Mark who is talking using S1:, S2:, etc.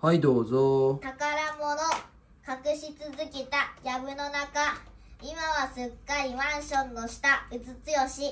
S1: はい、どうぞ。
S2: 宝物隠し続けた藪の中今はすっかりマンションの下うつつよし